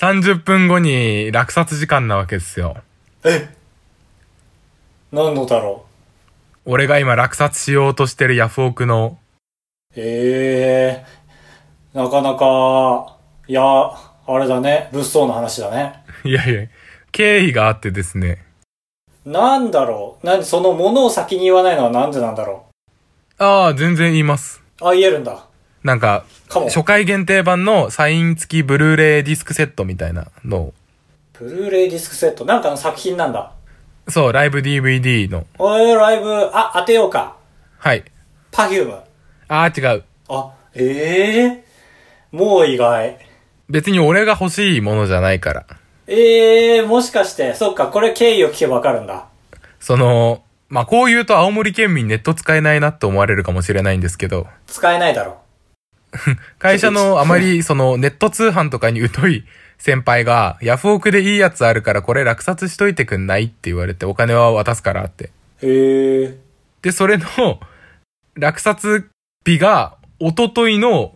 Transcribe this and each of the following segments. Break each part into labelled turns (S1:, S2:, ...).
S1: 30分後に落札時間なわけですよ。
S2: え何のだろ
S1: 俺が今落札しようとしてるヤフオクの、
S2: うええなかなか、いや、あれだね。物騒な話だね。
S1: いやいや、経緯があってですね。
S2: なんだろうなんでそのものを先に言わないのはなんでなんだろ
S1: ああ、全然言います。
S2: うあ、言えるんだ。
S1: なんか、
S2: かも。
S1: 初回限定版のサイン付きブルーレイディスクセットみたいなのを
S2: ブルーレイディスクセット。なんかの作品なんだ。
S1: そう、ライブ DVD の。
S2: おい、ライブ、あ、当てようか。
S1: はい。
S2: パフューム。
S1: ああ、違う。
S2: あ、ええもう意外。
S1: 別に俺が欲しいものじゃないから。
S2: ええもしかして、そっか、これ経緯を聞けばわかるんだ。
S1: その、まあ、こう言うと青森県民ネット使えないなって思われるかもしれないんですけど、
S2: 使えないだろ
S1: 会社のあまりそのネット通販とかに疎い先輩が、ヤフオクでいいやつあるからこれ落札しといてくんないって言われてお金は渡すからって。
S2: う。へえ
S1: で、それの落札日が一昨日の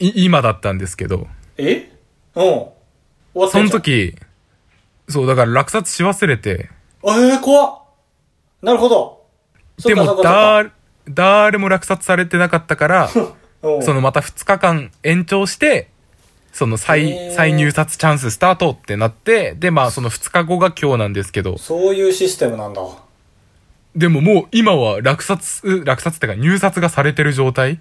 S1: い今だったんですけど、
S2: えうん。終わって
S1: そ
S2: ん
S1: の
S2: じゃん。
S1: 時、そう、だから落札し忘れて、
S2: ええ怖っなるほど。そ
S1: で
S2: っかそっ
S1: も
S2: かそっか
S1: だ、誰も落札されてなかった から、
S2: うん
S1: そのまた2日間延長して、その
S2: へ
S1: 再、
S2: ー
S1: 再入札チャンススタートってなって、で、まあその2日後が今日なんですけど、
S2: そういうシステムなんだ。
S1: でももう今は落札、う落札ってか入札がされてる状態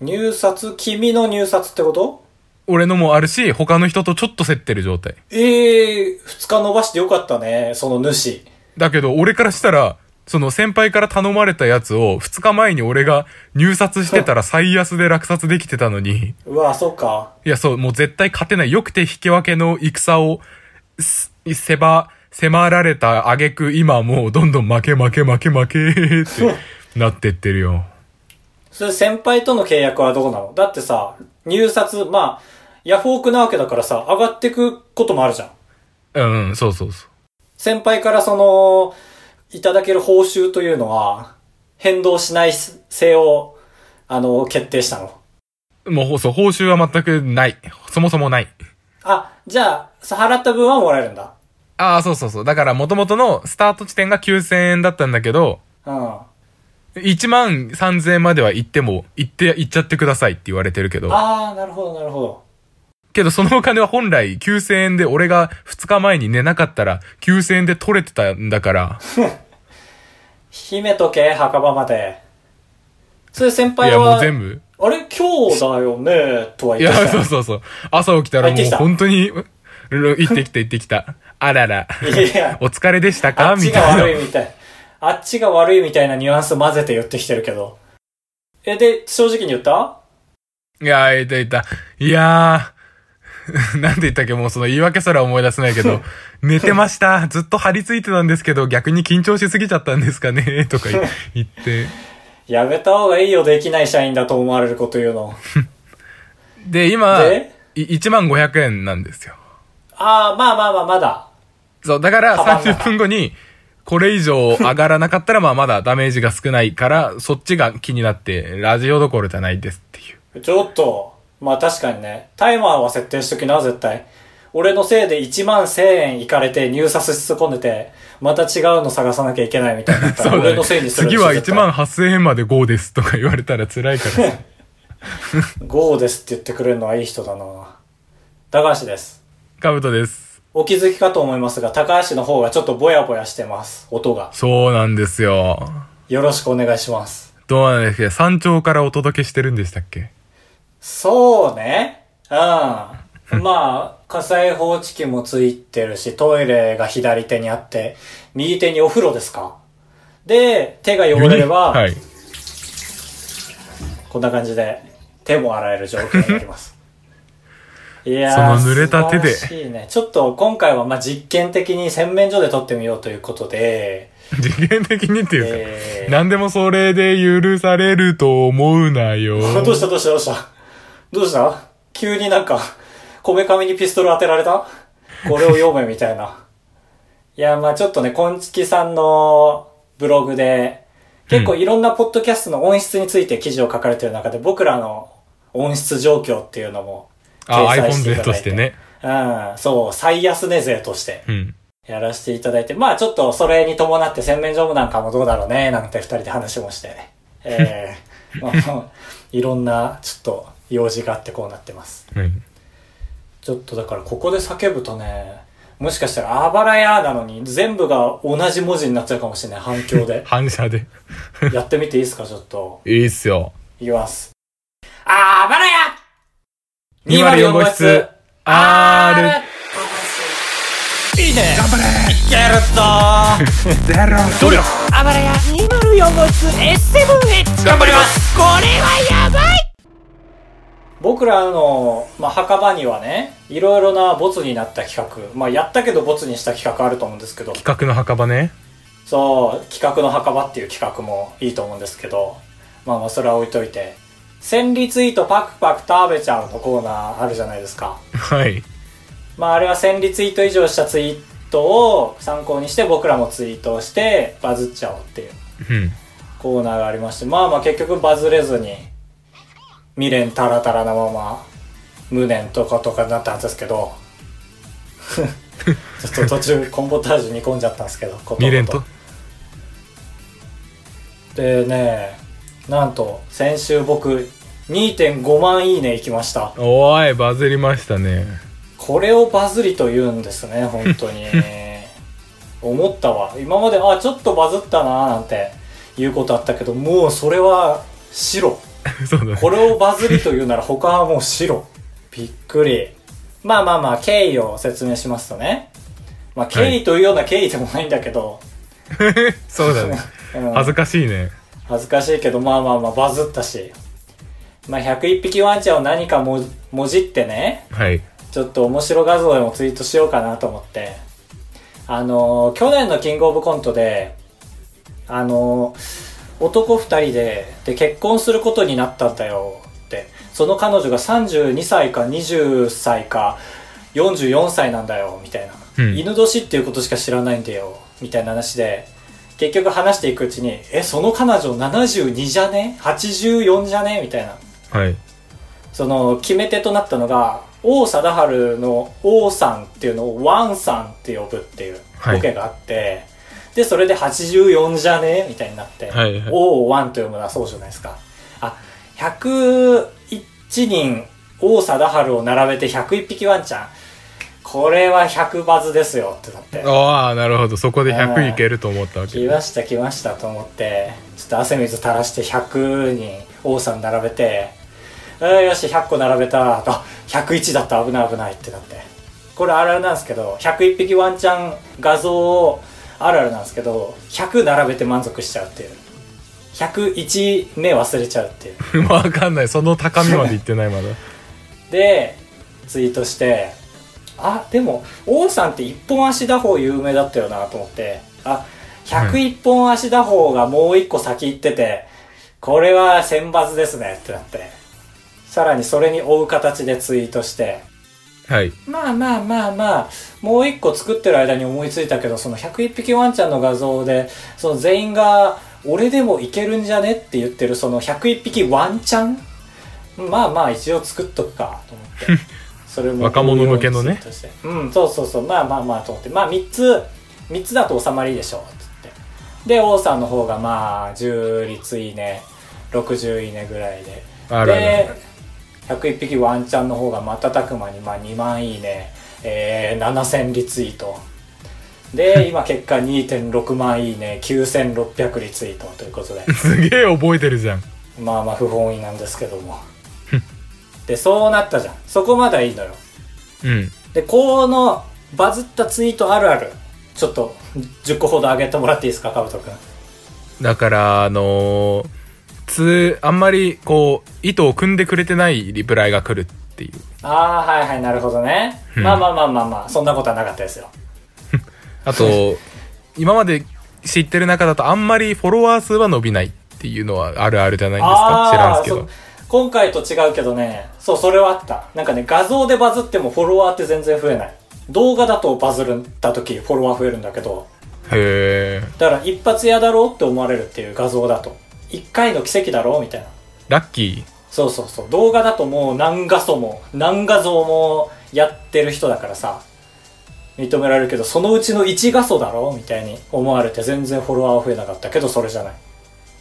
S2: 入札、君の入札ってこと
S1: 俺のもあるし、他の人とちょっと競ってる状態。
S2: ええ二日伸ばしてよかったね、その主。
S1: だけど俺からしたら、その先輩から頼まれたやつを2日前に俺が入札してたら最安で落札できてたのに、
S2: うわ、そっか。
S1: いやそう、もう絶対勝てない。良くて引き分けの戦を、す、せば、迫られた挙句、今もうどんどん負け負け負け負けってなってってるよ。
S2: それ先輩との契約はどうなのだってさ、入札、まあ、ヤフオクなわけだからさ、上がってくこともあるじゃん。
S1: うん、うんそうそうそう。
S2: 先輩からその、いただける報酬というのは、変動しない性を、あの、決定したの。
S1: もう、そう、報酬は全くない。そもそもない。
S2: あ、じゃあ、さ払った分はもらえるんだ。
S1: ああ、そうそうそう。だから、元々のスタート地点が9000円だったんだけど、
S2: うん。
S1: 1万3000円までは行っても、行って、行っちゃってくださいって言われてるけど。
S2: あー、なるほど、なるほど。
S1: けどそのお金は本来9000円で俺が2日前に寝なかったら9000円で取れてたんだから。
S2: 秘めとけ、墓場まで。それ先
S1: い
S2: 輩
S1: や
S2: は、
S1: もう全部。
S2: あれ今日だよね、とはい言って
S1: や、
S2: た
S1: そうそうそう。朝起きたらも
S2: 入って
S1: う
S2: きた
S1: 本当に、うう行ってきた行ってきた。あらら。
S2: いや、
S1: お疲れでした
S2: あ
S1: か
S2: っち
S1: み
S2: が
S1: た
S2: 悪
S1: い
S2: い
S1: な。
S2: みたい。あっちが悪いみたいなニュアンス混ぜて言ってきてるけど。え、で、正直に言った
S1: いや、いたいた。いやー。 なんて言ったっけもうその言い訳すら思い出せないけ ど、寝てました。ずっと張り付いてたんですけど、逆に緊張しすぎちゃったんですかねとか言言って。
S2: やめた方がいいよ、できない社員だと思われること言うの。
S1: で、今、
S2: で
S1: 1万500円なんですよ。
S2: ああ、まあまあまあ、まだ。
S1: そう、だから
S2: カバンが
S1: 30分後に、これ以上上がらなかったら、まあまだダメージが少ないから、そっちが気になって、ラジオどころじゃないですっていう。
S2: ちょっと、まあ確かにね、タイマーは設定しときな、絶対。俺のせいで1万1000円いかれて入札し損ねて、また違うの探さなきゃいけないみたいに なったら、俺のせいにするで
S1: 次
S2: しょ
S1: は
S2: 絶
S1: 1
S2: 対
S1: 万8000円まで5ですとか言われたら辛いからさ。
S2: ゴーですって言ってくれるのはいい人だな高橋です。
S1: カブトです。
S2: お気づきかと思いますが、高橋の方がちょっとぼやぼやしてます。音が。
S1: そうなんですよ。
S2: よろしくお願いします。
S1: どうなんですか山頂からお届けしてるんでしたっけ
S2: そうね。うん。まあ、火災報知器もついてるし、トイレが左手にあって、右手にお風呂ですか。で、手が汚れれば、
S1: はい。
S2: こんな感じで、手も洗える状況にな ります。いやー、
S1: その濡れた手で
S2: 素晴らしいね。ちょっと今回はまあ実験的に洗面所で撮ってみようということで、
S1: 次元的にっていうか、
S2: えー
S1: 何でもそれで許されると思うなよ。
S2: どうしたどうしたどうしたどうした急になんか、こめかみにピストル当てられたこれを読めみたいな。いや、まあちょっとね、こんちきさんのブログで、結構いろんなポッドキャストの音質について記事を書かれてる中で、僕らの音質状況っていうのも
S1: あ、
S2: 掲載
S1: iPhone
S2: いただ
S1: Z
S2: い
S1: としてね。
S2: ううん、そう、最安値税として
S1: うん。
S2: やらせていただいて、まあちょっとそれに伴って洗面所もなんかもどうだろうね、なんて二人で話もして、ええ まあいろんなちょっと用事があってこうなってます。
S1: うん。
S2: ちょっとだからここで叫ぶとね、もしかしたらあばらやなのに全部が同じ文字になっちゃうかもしれない、反響 で。
S1: 反射で。
S2: やってみていいですか、ちょっと。
S1: いいっすよ。
S2: いきます。あばらや
S1: 204号室 R!
S2: いいね頑張れいけるぞ
S1: ゼロ努力
S2: ーあばらや204号室 S7H
S1: 頑張ります
S2: これはやばい僕らの、まあ、墓場にはねいろいろなボツになった企画まあやったけどボツにした企画あると思うんですけど
S1: 企画の墓場ね。
S2: そう企画の墓場っていう企画もいいと思うんですけどまあまあそれは置いといて千里ツイートパクパク食べちゃうのコーナーあるじゃないですか
S1: はい。
S2: まああれは1000リツイート以上したツイートを参考にして僕らもツイートをしてバズっちゃおうっていう
S1: うん。
S2: コーナーがありましてまあまあ結局バズれずに未練タラタラなまま無念とかとかになったんです けどちょっと途中コンポタージュ煮込んじゃったんですけどこと
S1: 未練と。
S2: でねなんと先週僕2.5万いいねいきました
S1: おーい、バズりましたね。
S2: これをバズりと言うんですね本 当に思ったわ今まであちょっとバズったなーなんていうことあったけどもうそれは白
S1: そうだね。
S2: これをバズりと いうなら他はもう白びっくりまあまあまあ経緯を説明しますとねまあ経緯というような経緯でもないんだけど、
S1: そうだね。
S2: うん
S1: 恥ずかしいね。
S2: 恥ずかしいけどまあまあまあバズったしまあ101匹ワンちゃんを何かももじってね
S1: はい。
S2: ちょっと面白画像でもツイートしようかなと思って。あのー、去年のキングオブコントで、あのー、男二人で、で、結婚することになったんだよって。その彼女が32歳か20歳か44歳なんだよ、みたいな。
S1: うん
S2: 犬年っていうことしか知らないんだよ、みたいな話で。結局話していくうちに、え、その彼女72じゃね ?84 じゃねみたいな。
S1: はい。
S2: その決め手となったのが王貞治の王さんっていうのをワンさんって呼ぶっていう
S1: はい
S2: ボケがあって、でそれで84じゃねみたいになって、
S1: はいはい
S2: 王をワンと呼ぶのはそうじゃないですかあ101人王貞治を並べて101匹ワンちゃんこれは100バズですよってなって
S1: ああ、なるほど。そこで100いけると思ったわけ。
S2: 来ました来ましたと思ってちょっと汗水垂らして100人王さん並べて「あーよし100個並べた」あ101だった危ない危ない」ってなってこれあるあるなんですけど101匹ワンチャン画像をあるあるなんですけど100並べて満足しちゃうっていう101目忘れちゃうってい う
S1: わかんない。その高みまでいってない、まだ。
S2: でツイートしてあでも王さんって一本足打法有名だったよなと思ってあ101本足打法がもう一個先行っててこれは選抜ですねってなってさらにそれに追う形でツイートして
S1: はい。
S2: まあまあまあまあ、もう一個作ってる間に思いついたけど、その101匹ワンちゃんの画像で、その全員が、俺でもいけるんじゃねって言ってる、その101匹ワンちゃんまあまあ一応作っとくか、と思って。 それも
S1: 若者向けのね
S2: 同じようにツイートして。うん、そうそうそう、まあまあまあと思って。まあ3つ、3つだと収まりでしょ、つって。で、王さんの方がまあ、10リツいいね、60いいねぐらいで。
S1: あるある
S2: で、101匹ワンちゃんの方が瞬く間にまあ2万いいね、えー、7000リツイート で今結果2.6万いいね9600リツイートというこ とで
S1: すげえ覚えてるじゃん。
S2: まあまあ不本意なんですけど もでそうなったじゃんそこまではいいのよ
S1: うん。
S2: でこのバズったツイートあるあるちょっと10個ほど上げてもらっていいですかかぶとくん
S1: だから、あのーつ、あんまり、こう、意図を組んでくれてないリプライが来るっていう。
S2: ああはいはいなるほどね、
S1: うん
S2: まあまあまあまあまあそんなことはなかったですよ
S1: あと、 今まで知ってる中だとあんまりフォロワー数は伸びないっていうのはあるあるじゃないですか知らんすけ
S2: あー
S1: ど
S2: そ。今回と違うけどね、そう、それはあった。なんかね、画像でバズってもフォロワーって全然増えない。動画だとバズるんだ時フォロワー増えるんだけど、
S1: へえ。
S2: だから一発屋だろうって思われるっていう画像だと。一回の奇跡だろうみたいな。
S1: ラッキ
S2: そうそうそう。動画だともう何画素も、何画像もやってる人だからさ認められるけどそのうちの1画素だろみたいに思われて全然フォロワー増えなかったけどそれじゃない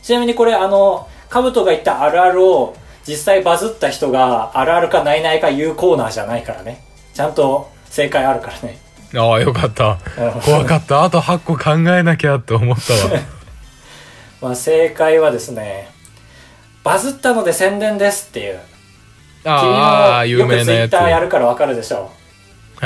S2: ちなみにこれあのカブトが言ったあるあるを実際バズった人があるあるかないないか言うコーナーじゃないからねちゃんと正解あるからね
S1: ああ、よかった
S2: うん。
S1: 怖かった。あと8個考えなきゃって思った わ。
S2: まあ正解はですねバズったので宣伝ですっていう
S1: ああ、
S2: 君も
S1: 有
S2: よ
S1: 名
S2: くツ
S1: な
S2: イ
S1: や
S2: ッ
S1: つ。
S2: ターや
S1: は
S2: るからわかるでしょ
S1: い。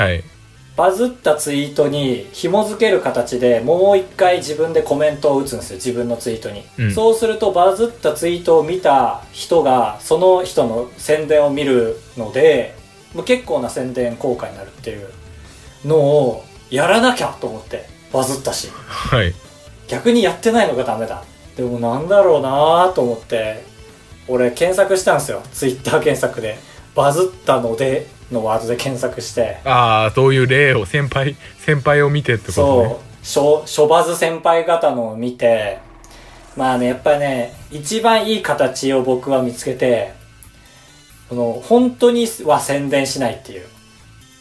S2: バズったツイートに紐付ける形でもう一回自分でコメントを打つんですよ自分のツイートに、
S1: うん
S2: そうするとバズったツイートを見た人がその人の宣伝を見るのでもう結構な宣伝効果になるっていうのをやらなきゃと思ってバズったし
S1: はい。
S2: 逆にやってないのがダメだでもなんだろうなーと思って俺検索したんですよツイッター検索でバズったのでのワードで検索して
S1: ああ、そういう例を、先輩、 先輩を見てってことね。
S2: そう、しょ、しょばず先輩方のを見て、まあね、やっぱりね、一番いい形を僕は見つけて、その、本当には宣伝しないっていう。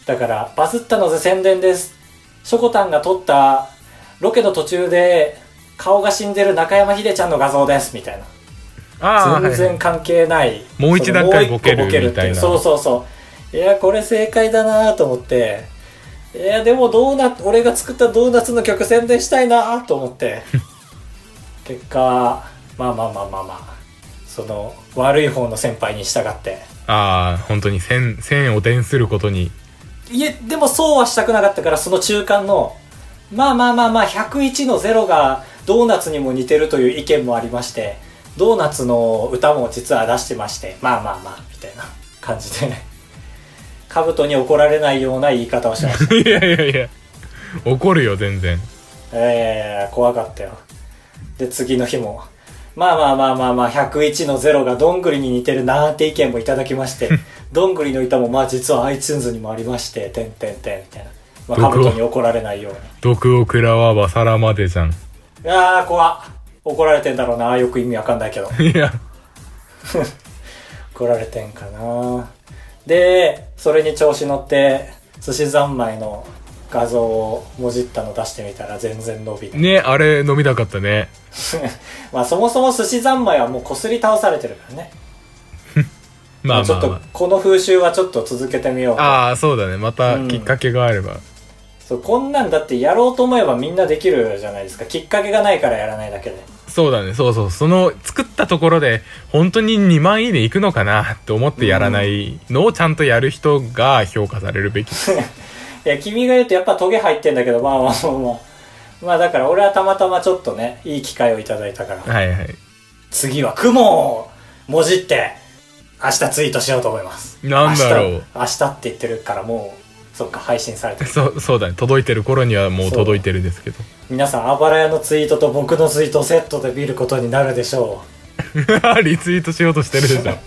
S2: だから、バズったので宣伝です。しょこたんが撮った、ロケの途中で、顔が死んでる中山秀ちゃんの画像です、みたいな。
S1: ああ、は
S2: 全
S1: い
S2: 然関係ない、
S1: もう一段階
S2: その
S1: ボケる
S2: もう一個ってう
S1: みたいな
S2: そうそうそういやこれ正解だなと思っていやでもドーナ俺が作ったドーナツの曲宣伝したいなと思って結果まあまあまあまあまあその悪い方の先輩に従って
S1: ああ、本当に線、線を伝することに。
S2: いえでもそうはしたくなかったからその中間のまあまあまあまあ101の0がドーナツにも似てるという意見もありましてドーナツの歌も実は出してましてまあまあまあみたいな感じでカブトに怒られないような言い方をしました
S1: いやいやいや、怒るよ、全然。
S2: えー、怖かったよで次の日もまあまあまあまあまあ101の0がどんぐりに似てるなーって意見もいただきましてどんぐりの歌もまあ実は iTunes にもありましててんてんてんみたいな、まあ、カブトに怒られないように
S1: 毒を食らわば皿までじゃん。
S2: いやー怖っ怒られてんだろうなよく意味わかんないけど
S1: いや、
S2: 怒られてんかなでそれに調子乗って寿司三昧の画像をもじったの出してみたら全然伸び ない、
S1: ね、あれ飲みたかったね。
S2: まあそもそも寿司三昧はもうこすり倒されてるからね、
S1: まあ
S2: ち
S1: ま
S2: ょ
S1: あ、
S2: っ
S1: ま
S2: とこの風習はちょっと続けてみよう
S1: あ。ああ、そうだね。また
S2: うん
S1: きっかけがあれば。
S2: そうこんなんだってやろうと思えばみんなできるじゃないですかきっかけがないからやらないだけで
S1: そうだね。そうそう。その作ったところで、本当に2万いいねいくのかなって思ってやらないのをちゃんとやる人が評価されるべき。
S2: いや、君が言うとやっぱトゲ入ってんだけど、まあまあまあまあ。まあだから俺はたまたまちょっとね、いい機会をいただいたから。
S1: はいはい。
S2: 次は雲をもじって、明日ツイートしようと思います。
S1: なんだろう
S2: 明日、明日って言ってるからもう、そっか、配信されてる。
S1: そう、そうだね。届いてる頃にはもう届いてるですけど。
S2: 皆さん、あばら屋のツイートと僕のツイートをセットで見ることになるでしょ
S1: リツイートしようとしてるでしょ。
S2: う。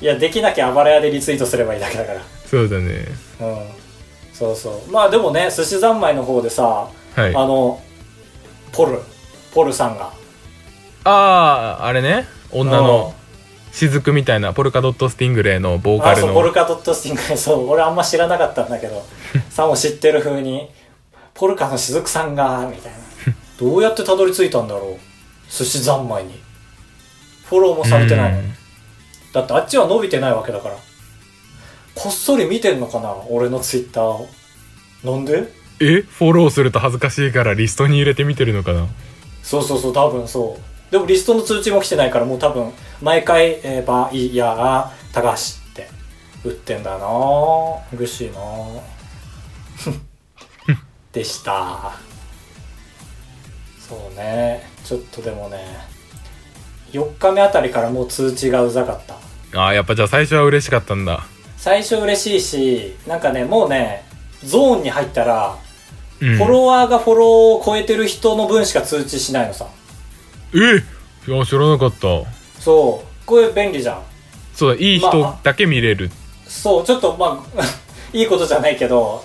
S2: いや、できなきゃあばら屋でリツイートすればいいだけだから。
S1: そうだね。
S2: うん。そうそう。まあでもね、寿司三昧の方でさ、
S1: はい。
S2: あ
S1: あ
S2: の、ポル、ポルさんが。
S1: あー、あれね。女
S2: うん
S1: の雫みたいな、ポルカドットスティングレイのボーカ
S2: あ、
S1: ル
S2: そう、ポル
S1: の。
S2: カドットスティングレイ、そう、俺あんま知らなかったんだ けど、さも知ってる風に、ポルカの雫さんが、みたいな。どうやってたどり着いたんだろう。寿司三昧に。フォローもされてないの
S1: う
S2: に
S1: ん。
S2: だってあっちは伸びてないわけだから。こっそり見てんのかな俺のツイッターを。なんで
S1: えフォローすると恥ずかしいからリストに入れてみてるのかな
S2: そうそうそう、多分そう。でもリストの通知も来てないから、もう多分、毎回、えー、バイヤー、高橋って打ってんだなぁ。嬉しいな ぁ。でした。そうね。ちょっとでもね、4日目あたりからもう通知がうざかった。
S1: ああ、やっぱじゃあ最初は嬉しかったんだ。
S2: 最初嬉しいし、なんかね、もうね、ゾーンに入ったら、
S1: うん。
S2: フォロワーがフォローを超えてる人の分しか通知しないのさ。
S1: えいや知らなかった
S2: そう。これ便利じゃん。
S1: そうだいい
S2: ま
S1: 人
S2: あ
S1: だけ見れる、
S2: そう、ちょっとまあ、 いいことじゃないけど、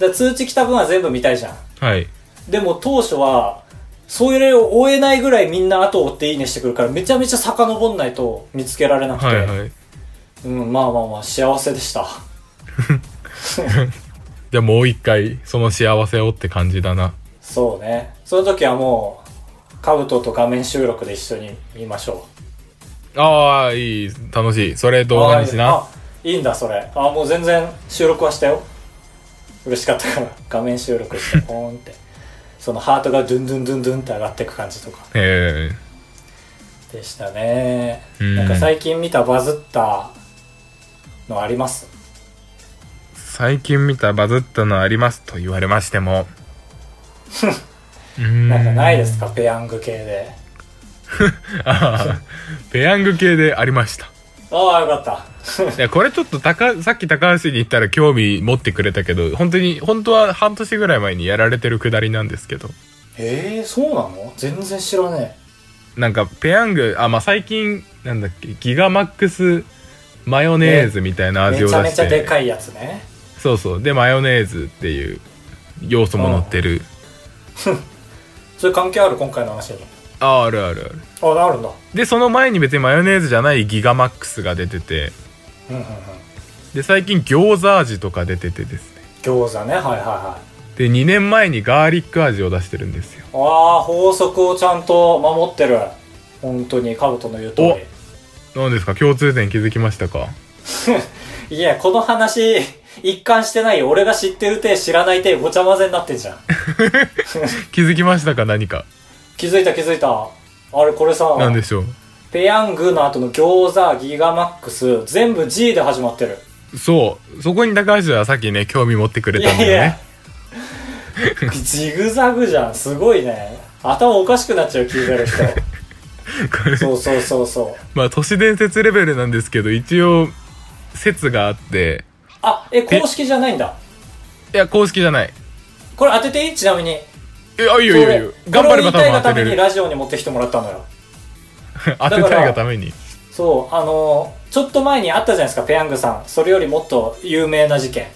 S2: だから通知来た分は全部見たいじゃん。
S1: はい
S2: でも当初は、それを追えないぐらいみんな後を追っていいねしてくるから、めちゃめちゃ遡んないと見つけられなくて。
S1: はいはい
S2: うん、まあまあまあ、幸せでした。
S1: じゃあもう一回、その幸せをって感じだな。
S2: そうねその時はもうカブトと画面収録で一緒に見ましょ
S1: ああ、いい、楽しい。それ
S2: う
S1: 動画にしな。
S2: あいいんだそれあもう全然収録はしたよ嬉しかったから画面収録してポーンってそのハートがドゥンドゥンドゥンドゥンって上がってく感じとか
S1: え
S2: でしたね
S1: うん
S2: なんか最近見たバズったのあります
S1: ー、最近見たバズったのありますと言われまして も。うーん
S2: なんかないですかペヤング系で
S1: あーペヤング系でありました。
S2: ああよかった
S1: いや、これちょっと高、さっき高橋に言ったら興味持ってくれたけど、本当に、本当は半年ぐらい前にやられてるくだりなんですけど、
S2: ええー、そうなの全然知らね
S1: なんか、ペヤング、あ、まあ、最近、なんだっけ、ギガマックスマヨネーズみたいな
S2: え
S1: 味
S2: め
S1: を
S2: ち
S1: 出
S2: ゃめ
S1: し
S2: ち
S1: て、
S2: ゃでかいやつね
S1: そうそう、で、マヨネーズっていう要素も載ってる。
S2: それ関係ある今回の話に
S1: あ、あるあるある。
S2: ああるんだ
S1: で、その前に別にマヨネーズじゃないギガマックスが出てて、
S2: うんうんうん
S1: で、最近餃子味とか出ててですね。
S2: 餃子ねはいはいはい
S1: で、2年前にガーリック味を出してるんですよ。
S2: ああ法則をちゃんと守ってる本当にカブトの言う通
S1: 何ですか共通点気づきましたか
S2: りいやこの話 一貫してないよ俺が知ってる手知らない手ごちゃ混ぜになってんじゃん
S1: 気づきましたか何か
S2: 気づいた気づいたあれこれさ
S1: なんでしょ
S2: ペヤングの後の餃子ギガマックス全部 G で始まってる
S1: うそうそこに高橋はさっきね興味持ってくれ
S2: い
S1: たん
S2: や
S1: だ
S2: い
S1: よ
S2: や
S1: ね
S2: ジグザグじゃんすごいね頭おかしくなっちゃう聞いてる人
S1: これ
S2: そうそうそうそう
S1: まあ都市伝説レベルなんですけど一応説があって
S2: あえ
S1: え
S2: 公式じゃないんだ
S1: いや公式じゃない
S2: これ当てていいちなみに
S1: えあいいよいいよいいよ
S2: そう
S1: 頑張れば
S2: こ
S1: 多
S2: れを言いたい
S1: 分
S2: が
S1: 当て
S2: た
S1: れ
S2: めに
S1: る
S2: ラジオに持ってきてもらったのよ
S1: 当てたいがために
S2: そうあのーちょっと前にあったじゃないですかペヤングさんそれよりもっと有名な事件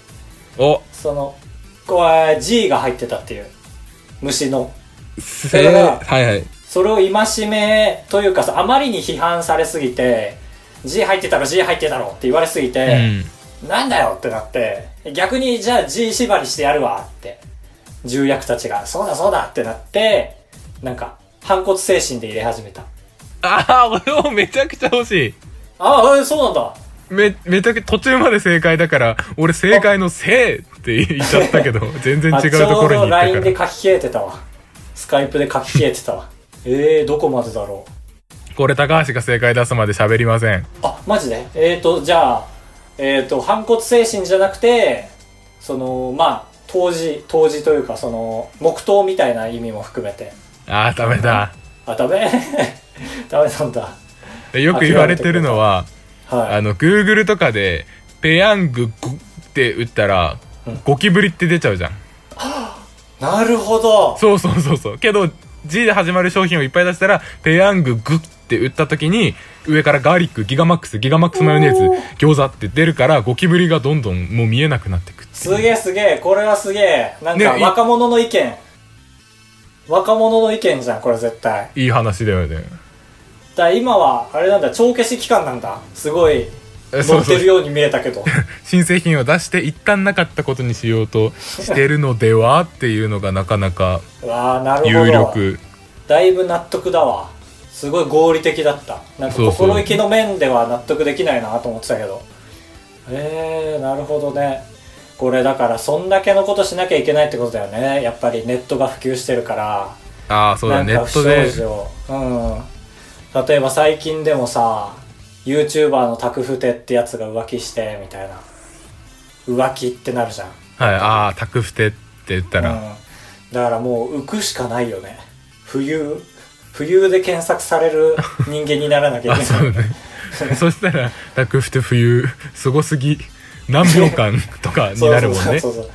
S1: お
S2: そのこれ G が入ってたっていう虫の
S1: せ
S2: だから
S1: はいはい
S2: それを戒めというかさあまりに批判されすぎて G 入ってたろ G 入ってたろって言われすぎて、なんだよってなって逆にじゃあ G 縛りしてやるわって重役たちがそうだそうだってなってなんか反骨精神で入れ始めた
S1: ああ俺もめちゃくちゃ欲しい
S2: ああえそうなんだ
S1: め、めちゃくちゃ途中まで正解だから、俺正解のせいって言っちゃったけ ど、全然
S2: あ
S1: 違うところに行っ
S2: ちょうど LINE
S1: て
S2: で
S1: か
S2: 書き消えてたわスカイプで書き消えてたわえー、どこまでだろう
S1: ら。これ高橋が正解出すまで喋りません。
S2: あマジでえっ、ー、とじゃあえっ、ー、と反骨精神じゃなくてそのまあ当時当時というかその黙祷みたいな意味も含めて
S1: ああ、ダメだ。
S2: あダメ ダメなんだ
S1: でよく言われてるのは、
S2: は
S1: あの、Google とかで、ペヤングゴって打ったら
S2: うん、
S1: ゴキブリって出ちゃうじゃん。
S2: いなるほど
S1: そうそうそうそう。けど、G で始まる商品をいっぱい出したら、ペヤンググって打った時に、上からガーリック、ギガマックス、ギガマックスマヨネーズ
S2: おー、
S1: 餃子って出るから、ゴキブリがどんどんもう見えなくなってくっていう
S2: すげえすげえこれはすげえなんか
S1: ねい
S2: 若者の意見若者の意見じゃんこれ絶対
S1: いい話だよね。
S2: だから今はあれなんだ帳消し期間なんだすごい
S1: えそ
S2: 乗
S1: う
S2: っ
S1: そ
S2: てる
S1: う。
S2: ように見えた けど
S1: 新製品を出して一旦なかったことにしようとしてるのではっていうのがなかなか
S2: うわあなるほ
S1: 有
S2: ど
S1: 力。
S2: だいぶ納得だわすごい合理的だったなんか
S1: そうそう
S2: 心意気の面では納得できないなと思ってたけどえー、なるほどねこれだからそんだけのことしなきゃいけないってことだよねやっぱりネットが普及してるから
S1: ああ、そうだ、
S2: な
S1: ネ
S2: んか
S1: ッ
S2: 不
S1: ト
S2: 祥
S1: で。
S2: 事を、うん、例えば最近でもさ YouTuber のタクフテってやつが浮気してみたいな浮気ってなるじゃん
S1: はい、ああ、タクフテって言った
S2: うん、
S1: ら、
S2: だからもう浮くしかないよね浮遊浮遊で検索される人間にならなき ゃい
S1: あ、
S2: け
S1: そ
S2: な
S1: う
S2: い
S1: ね。そしたら、タクフテ冬、すごすぎ、何秒間とかになるもんね。
S2: そうそうそう今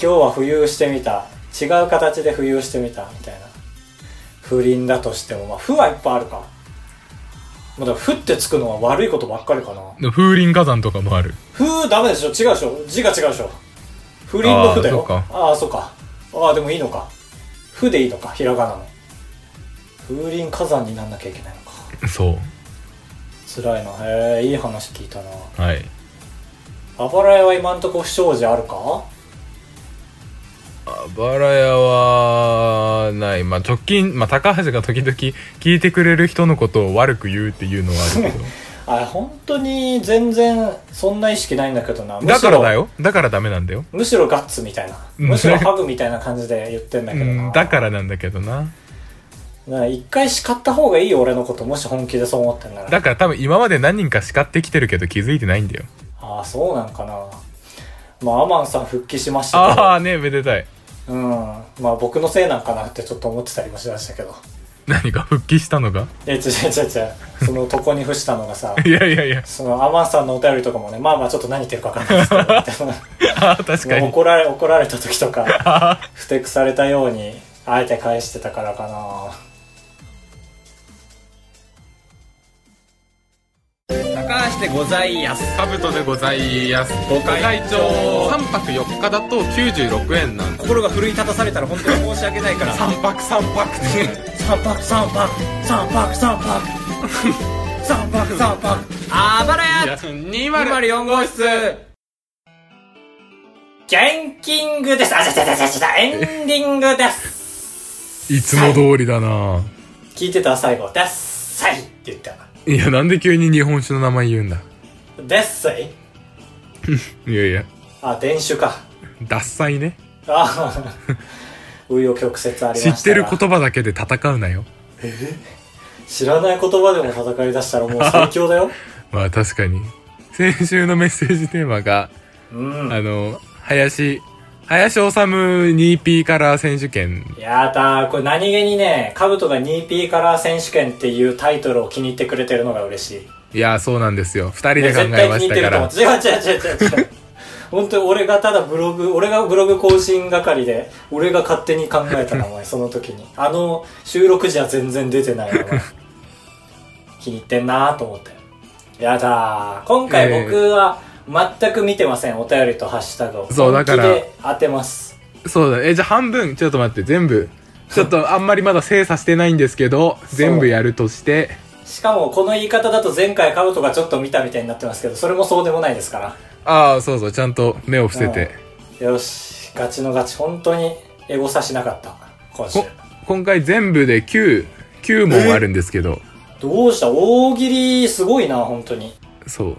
S2: 日は浮遊してみた違う形で浮遊してみたみたいな不倫だとしてもまあ負はいっぱいあるかまあだから負ってつくのは悪いことばっかりかな
S1: 風林火山とかもある。
S2: 負ダメでしょ違うでしょ字が違うでしょ不倫の負だよ
S1: あー
S2: ああーそうかああでもいいのか負でいいのかひらがなの風林火山になんなきゃいけないのか
S1: そ
S2: 辛いなへえいい話聞いたな
S1: う。はい。
S2: あばら屋は今んとこ不祥事あるか
S1: あばら屋はない、まあ、直近、まあ、高橋が時々聞いてくれる人のことを悪く言うっていうのはあ るけど
S2: あ本当に全然そんな意識ないんだけどなむ
S1: だ
S2: し
S1: から
S2: ろ
S1: だよだからダメなんだよ、
S2: むしろガッツみたいな
S1: うん
S2: むしろハグみたいな感じで言ってんだ
S1: う、
S2: けどなん
S1: だからなんだけどな
S2: な一回叱った方がいいよ俺のこともし本気でそう思ってんなら
S1: だから多分今まで何人か叱ってきてるけど気づいてないんだよ
S2: ああそうなんかなまあアマンさん復帰しましたけど
S1: ああねめでたい
S2: うんまあ僕のせいなんかなってちょっと思ってたりもしましたけど
S1: 何か復帰したのが
S2: え違う違う違うその床に伏したのが さ
S1: いやいやいや
S2: そのアマンさんのお便りとかもねまあまあちょっと何言ってるか分かんないですけど
S1: あー確かに
S2: 怒られ怒られた時 とかふてくされたようにあえて返してたからかな
S3: 高橋でございやす
S1: カブトでございますご
S3: 会長
S1: 3泊4日だと96円なんで
S3: 心が奮い立たされたら本当に申し訳ないから三泊三泊三泊三泊三泊三泊 三泊三泊あばらや204号室
S2: 元キングですあちゃちゃちゃちゃちゃエンディングです
S1: いつも通りだな
S2: 聞いてた最後「ダッサイ」って言った
S1: いやなんで急に日本酒の名前言うんだ
S2: 「ダッサイ
S1: いやいや」
S2: あ電酒か
S1: 獺祭ね
S2: あ あ紆余曲折ありました
S1: 知
S2: が
S1: ってる言葉だけで戦うなよ
S2: 知らない言葉でも戦い出したらもう最強だよ
S1: まあ確かに先週のメッセージテーマが
S2: うん
S1: あの林林修 2P から選手権
S2: やだーこれ何気にねカブトが 2P カラー選手権っていうタイトルを気に入ってくれてるのが嬉しい
S1: いやそうなんですよ二人で考
S2: 絶
S1: え
S2: 対
S1: ま
S2: 気に
S1: し
S2: 入ったて
S1: か
S2: ると思
S1: ら
S2: う。違う違う違う違う違う。本当に俺がただブログ、俺がブログ更新係で、俺が勝手に考えた名前、その時 に。あの、収録時は全然出てない名前。気に入ってんなーと思って。やだー。今回僕は全く見てません、お便りとハッシュタグを。
S1: そうだから
S2: 本気で当てます。
S1: そうだねえじゃあ半分ちょっと待って全部ちょっとあんまりまだ精査してないんですけど全部やるとして
S2: しかもこの言い方だと前回カブトがちょっと見たみたいになってますけど、それもそうでもないですから。
S1: ああそうそうちゃんと目を伏せて
S2: よし、ガチのガチ、本当にエゴさしなかった、今週
S1: こ。今回全部で9 9問あるんですけど
S2: どうした大喜利すごいな、本当に。
S1: そう。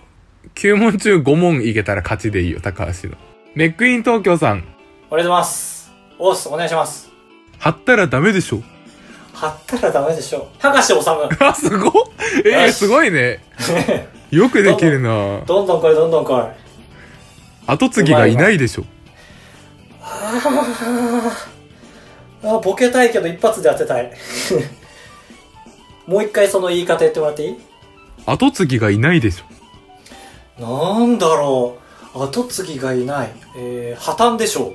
S1: 9問中5問いけたら勝ちでいいよ、高橋の。ネックイン東京さん。
S2: ありがとうございます。おっす、お願いします。
S1: 貼ったらダメでし ょ。
S2: 貼ったらダメでしょ。高橋治む。
S1: あ、すごっえー、
S2: よし
S1: すごい ね。よくできるな
S2: どんどん来い、どんどん来い。
S1: 後継ぎがいないでしょ。
S2: あ、ボケたいけど一発で当てたい。 もう一回その言い方言ってもらっていい
S1: 後継ぎがいないでしょ。
S2: なんだろう。後継ぎがいない。えー、破綻でしょ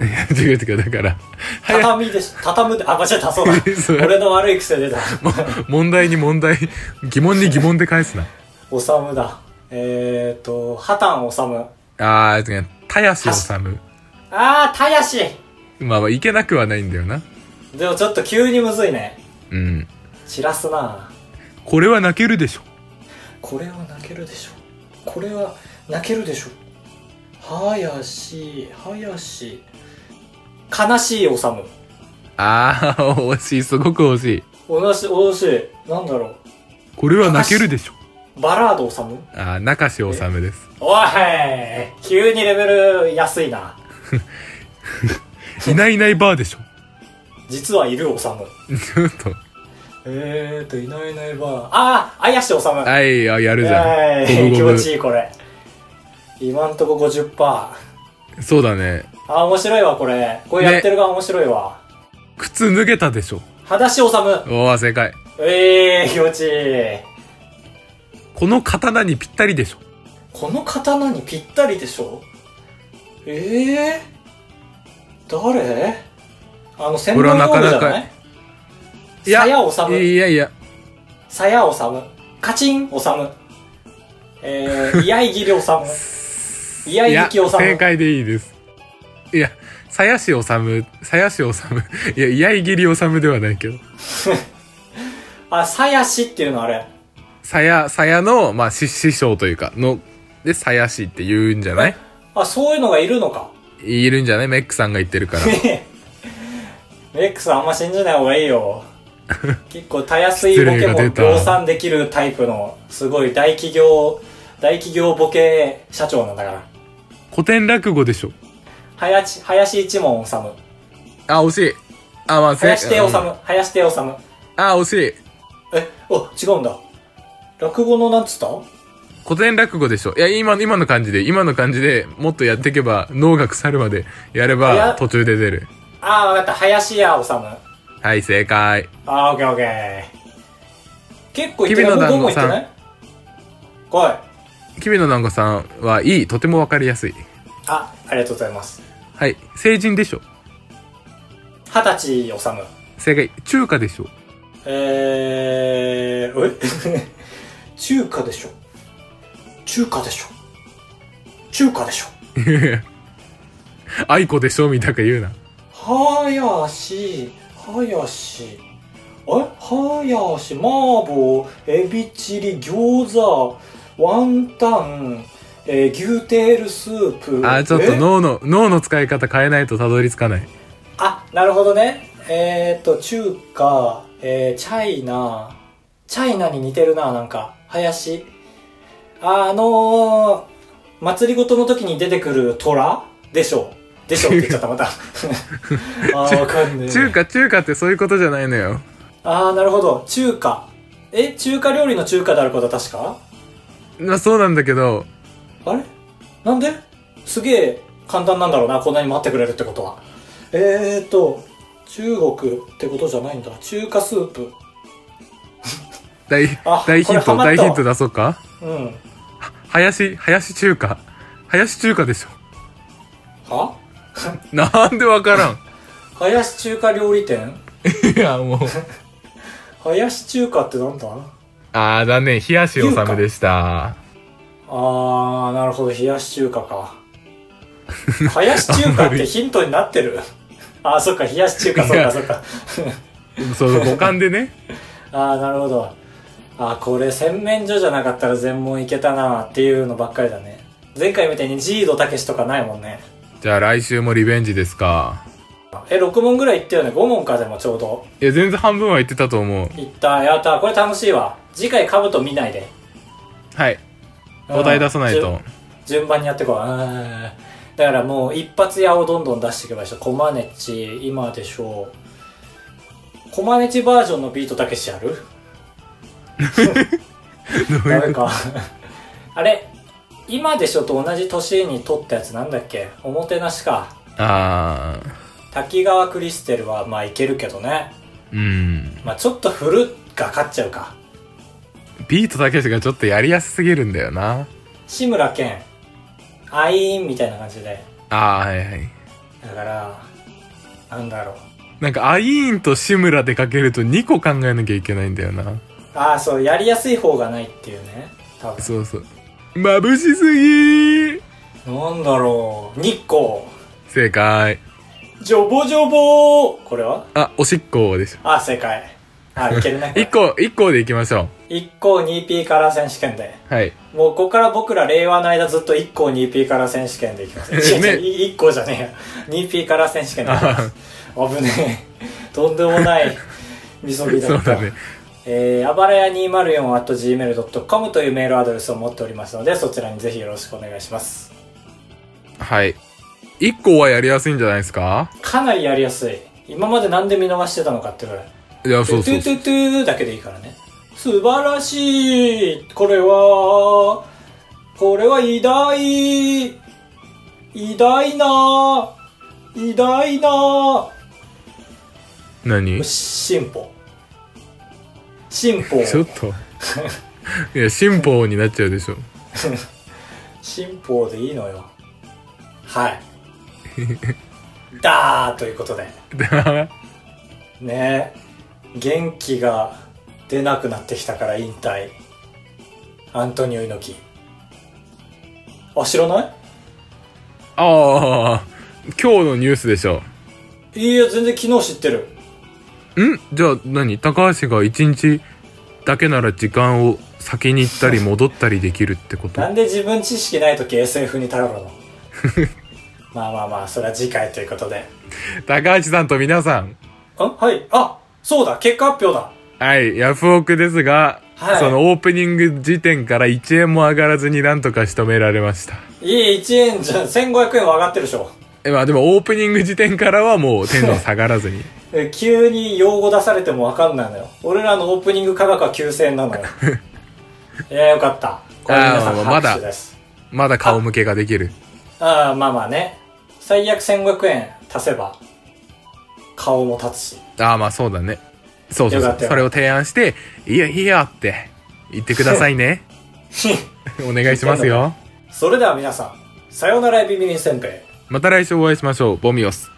S2: う。
S1: いや違う違う、だから。 早
S2: 畳でしょ。畳むで、あ、間違えた、そうだ
S1: そう。
S2: 俺の悪い癖出た。
S1: く、問題に問題、疑問に疑問で返すな。
S2: 治むだ。えーと、破綻治む。
S1: あー、違う、たやし治む。
S2: あー、たやし
S1: まあまあ、いけなくはないんだよな。
S2: でもちょっと急にむずいね。
S1: うん。
S2: 散らすな
S1: これは泣けるでしょ。
S2: これは泣けるでしょこれは泣けるでしょ林林悲しいおさむ
S1: あー、惜しい、すごく惜しい。
S2: おなしおなしいなんだろ
S1: これは泣けるでしょ。
S2: うバラードおさむ
S1: あー、中志治です。
S2: おい急にレベル安いない
S1: ないいないバーでしょ。
S2: 実はいるおさむ
S1: ちょっと。
S2: えーといないいないばあああやしおさむ
S1: はい、あ、やるじゃ
S2: え
S1: ん。
S2: ーい
S1: ゴ
S2: 気
S1: ムゴ
S2: 持ちいいこれ今んとこ50%あ
S1: ム。そうだね。
S2: ー面白いわこれこれやってる側面白いわ、
S1: 靴脱げたでしょ。
S2: 裸足おさむ
S1: おー、正解。
S2: ええー、気持ちいい。
S1: この刀にぴったりでしょ。
S2: この刀にぴったりでしょええー、誰あの、専
S1: これ
S2: 門
S1: は
S2: 用
S1: なか
S2: 語
S1: な
S2: じ
S1: か
S2: ゃない
S1: いや
S2: 鞘を収む。
S1: いやいや。
S2: 鞘を収む。カチンを収む。え ー、居合切りを収む。居
S1: いや
S2: 合、力を収
S1: 正
S2: む。
S1: 解でいいです。いや、鞘師治鞘師治 いや、いやいぎり治ではないけど。
S2: あ、鞘師っていうのあれ。
S1: 鞘、鞘の、まあ、師師匠というか、の、で、鞘師って言うんじゃない
S2: あ、そういうのがいるのか。
S1: いるんじゃないメックさんが言ってる から。
S2: レックスあんま信じない方がい いよ。結構たやすいボケも
S1: 失礼が出た
S2: 量産できるタイプの、すごい大企業、大企業ボケ社長なんだから。
S1: 古典落語でしょ。
S2: 林、林一門治。
S1: あ、惜しい。あ、まあ、せ
S2: 林手治
S1: うん。あ、
S2: 林手治。
S1: 惜しい。
S2: え、お、違うんだ。落語のなんつった
S1: 古典落語でしょ。いや、今の、今の感じで、今の感じでもっとやっていけば、脳が腐るまでやれ
S2: いや
S1: ば、途中で出る。
S2: あー、わかった。林家治。あ
S1: はい、正解。
S2: ー、オッケーオッケー。結構言って
S1: 日々の
S2: ない。ど
S1: 団
S2: こ
S1: 子
S2: 行って
S1: さん
S2: ない来い。
S1: きびのなんこさんはいい、とてもわかりやすい。
S2: あ、ありがとうございます。
S1: はい、成人でしょ。
S2: 二十歳治。
S1: 正解。中華でしょ。
S2: えー、え 中華でしょ中華でしょ中華でしょ
S1: あいこでしょみたいな言うな。
S2: はやし、はやし。えはやし、麻婆、エビチリ、餃子、ワンタン、えー牛テールスープ。
S1: あ、ちょっと
S2: え
S1: 脳の、脳の使い方変えないとたどり着かない。
S2: あ、なるほどね。えー、っと、中華、えー、チャイナ、チャイナに似てるな、なんか、林。あのー、祭りごとの時に出てくる虎でしょう。でしょうって言っちゃった、 また。あー、わかんねえ。
S1: 中華、中華ってそういうことじゃないのよ。
S2: あー、なるほど。中華。え、中華料理の中華であることは確か
S1: まあそうなんだけど、
S2: あれなんですげえ簡単なんだろうな、こんなに待ってくれるってことは。えーと、中国ってことじゃないんだ。中華スープ。
S1: 大
S2: あ、
S1: 大ヒント、
S2: これハマったわ
S1: 大ヒント出そうか
S2: うん。
S1: 林、林中華。林中華でしょ。
S2: は
S1: なんでわからん。
S2: 林中華料理店
S1: いや、もう。
S2: 林中華ってなんだ
S1: あー、残念。冷やしおさむでした。
S2: あー、なるほど、冷やし中 華か。林中華ってヒントになっ てるあー、そっか、冷やし中華、そっ
S1: い
S2: か、
S1: や
S2: そっか。
S1: そう、五感でね。
S2: あー、なるほど。あー、これ洗面所じゃなかったら全問いけたなーっていうのばっかりだね。前回みたいにジードたけしとかないもんね。
S1: じゃあ来週もリベンジですか。
S2: え、6問ぐらいいったよね。5問か、でもちょうど。
S1: いや、全然半分は言ってたと思う。
S2: いった、やった、これ楽しいわ。次回カブト見ないで。
S1: はい。答え出さない
S2: うん
S1: と。
S2: 順番にやってこう。あーだからもう一発屋をどんどん出していけばいいでしょ。コマネチ、今でしょう。コマネチバージョンのビートたけしやる
S1: どうい
S2: 誰
S1: うこ
S2: か。あれ今でしょと同じ年に撮ったやつなんだっけおもてなしか。
S1: とあ
S2: 滝川クリステルはまあいけるけどね。
S1: ー、うん。
S2: まあちょっとフルが勝っちゃうか。
S1: ビートたけしがちょっとやりやすすぎるんだよな。
S2: 志村けん。アイーンみたいな感じで。
S1: あー、はいはい。
S2: だから、なんだろう。
S1: なんか、アイーンと志村でかけると2個考えなきゃいけないんだよな。
S2: ああ、そう、やりやすい方がないっていうね。多分。
S1: そうそう。眩しすぎー
S2: なんだろう。日光。
S1: 正解。
S2: ジョボジョボーこれは
S1: あ、おしっこでしょ。
S2: あ、正解。あ、い けるね。
S1: 1個、1個でいきましょ
S2: 一校 2P カラー選手権で。
S1: う。はい。
S2: もうここから僕ら令和の間ずっと1校 2P カラー選手権でいきます。
S1: ね
S2: 違う違うい1校じゃねえや。2P カラー選手権でい きます。危ねえ。とんでもない。みそぎだ
S1: そ
S2: っ
S1: う
S2: た。
S1: だね。
S2: えー、あばらや 204.gmail.com というメールアドレスを持っておりますので、そちらにぜひよろしくお願いします。
S1: はい。1個はやりやすいんじゃないですか
S2: かなりやりやすい今までなんで見逃してたのかってぐらい
S1: いや、そう
S2: ト
S1: そう
S2: ゥト
S1: そう。
S2: ゥトゥだけでいいからね素晴らしいこれはこれは偉大偉大な偉大な
S1: 何
S2: 進歩進歩
S1: ちょっと。いや、進歩になっちゃうでしょ。
S2: 進歩でいいのよはいだーということでねえ元気が出なくなってきたから引退アントニオ猪木あ知らない
S1: ああ、今日のニュースでしょ。
S2: いや全然昨日知ってる
S1: んじゃあ何高橋が一日だけなら時間を先に行ったり戻ったりできるってこと
S2: なんで自分知識ない時 SF に頼 るのまあまあまあそれは次回ということでん
S1: 高橋さんと皆さん
S2: はいあそうだ結果発表だ
S1: はいヤフオクですが、
S2: はい
S1: そのオープニング時点から1円も上がらずになんとか仕留められました
S2: いい1円じゃ1500円は上がってるでしょ
S1: えまあでもオープニング時点からはもう天井下がらずに
S2: え急に用語出されても分かんないのよ俺らのオープニング価格は9000円 なのよいやよかったこれ皆さん
S1: あーまだ
S2: 拍手です
S1: まだ顔向けができる
S2: ああまあまあね最悪1500円足せば顔も立つし
S1: ああまあそうだねそうそうそ
S2: よか
S1: う
S2: ったよ
S1: それを提案して「いやいや」って言ってください ねお願いしますよ
S2: それでは皆さんさようならエビビリンせんべい
S1: また来週お会いしましょうボミオス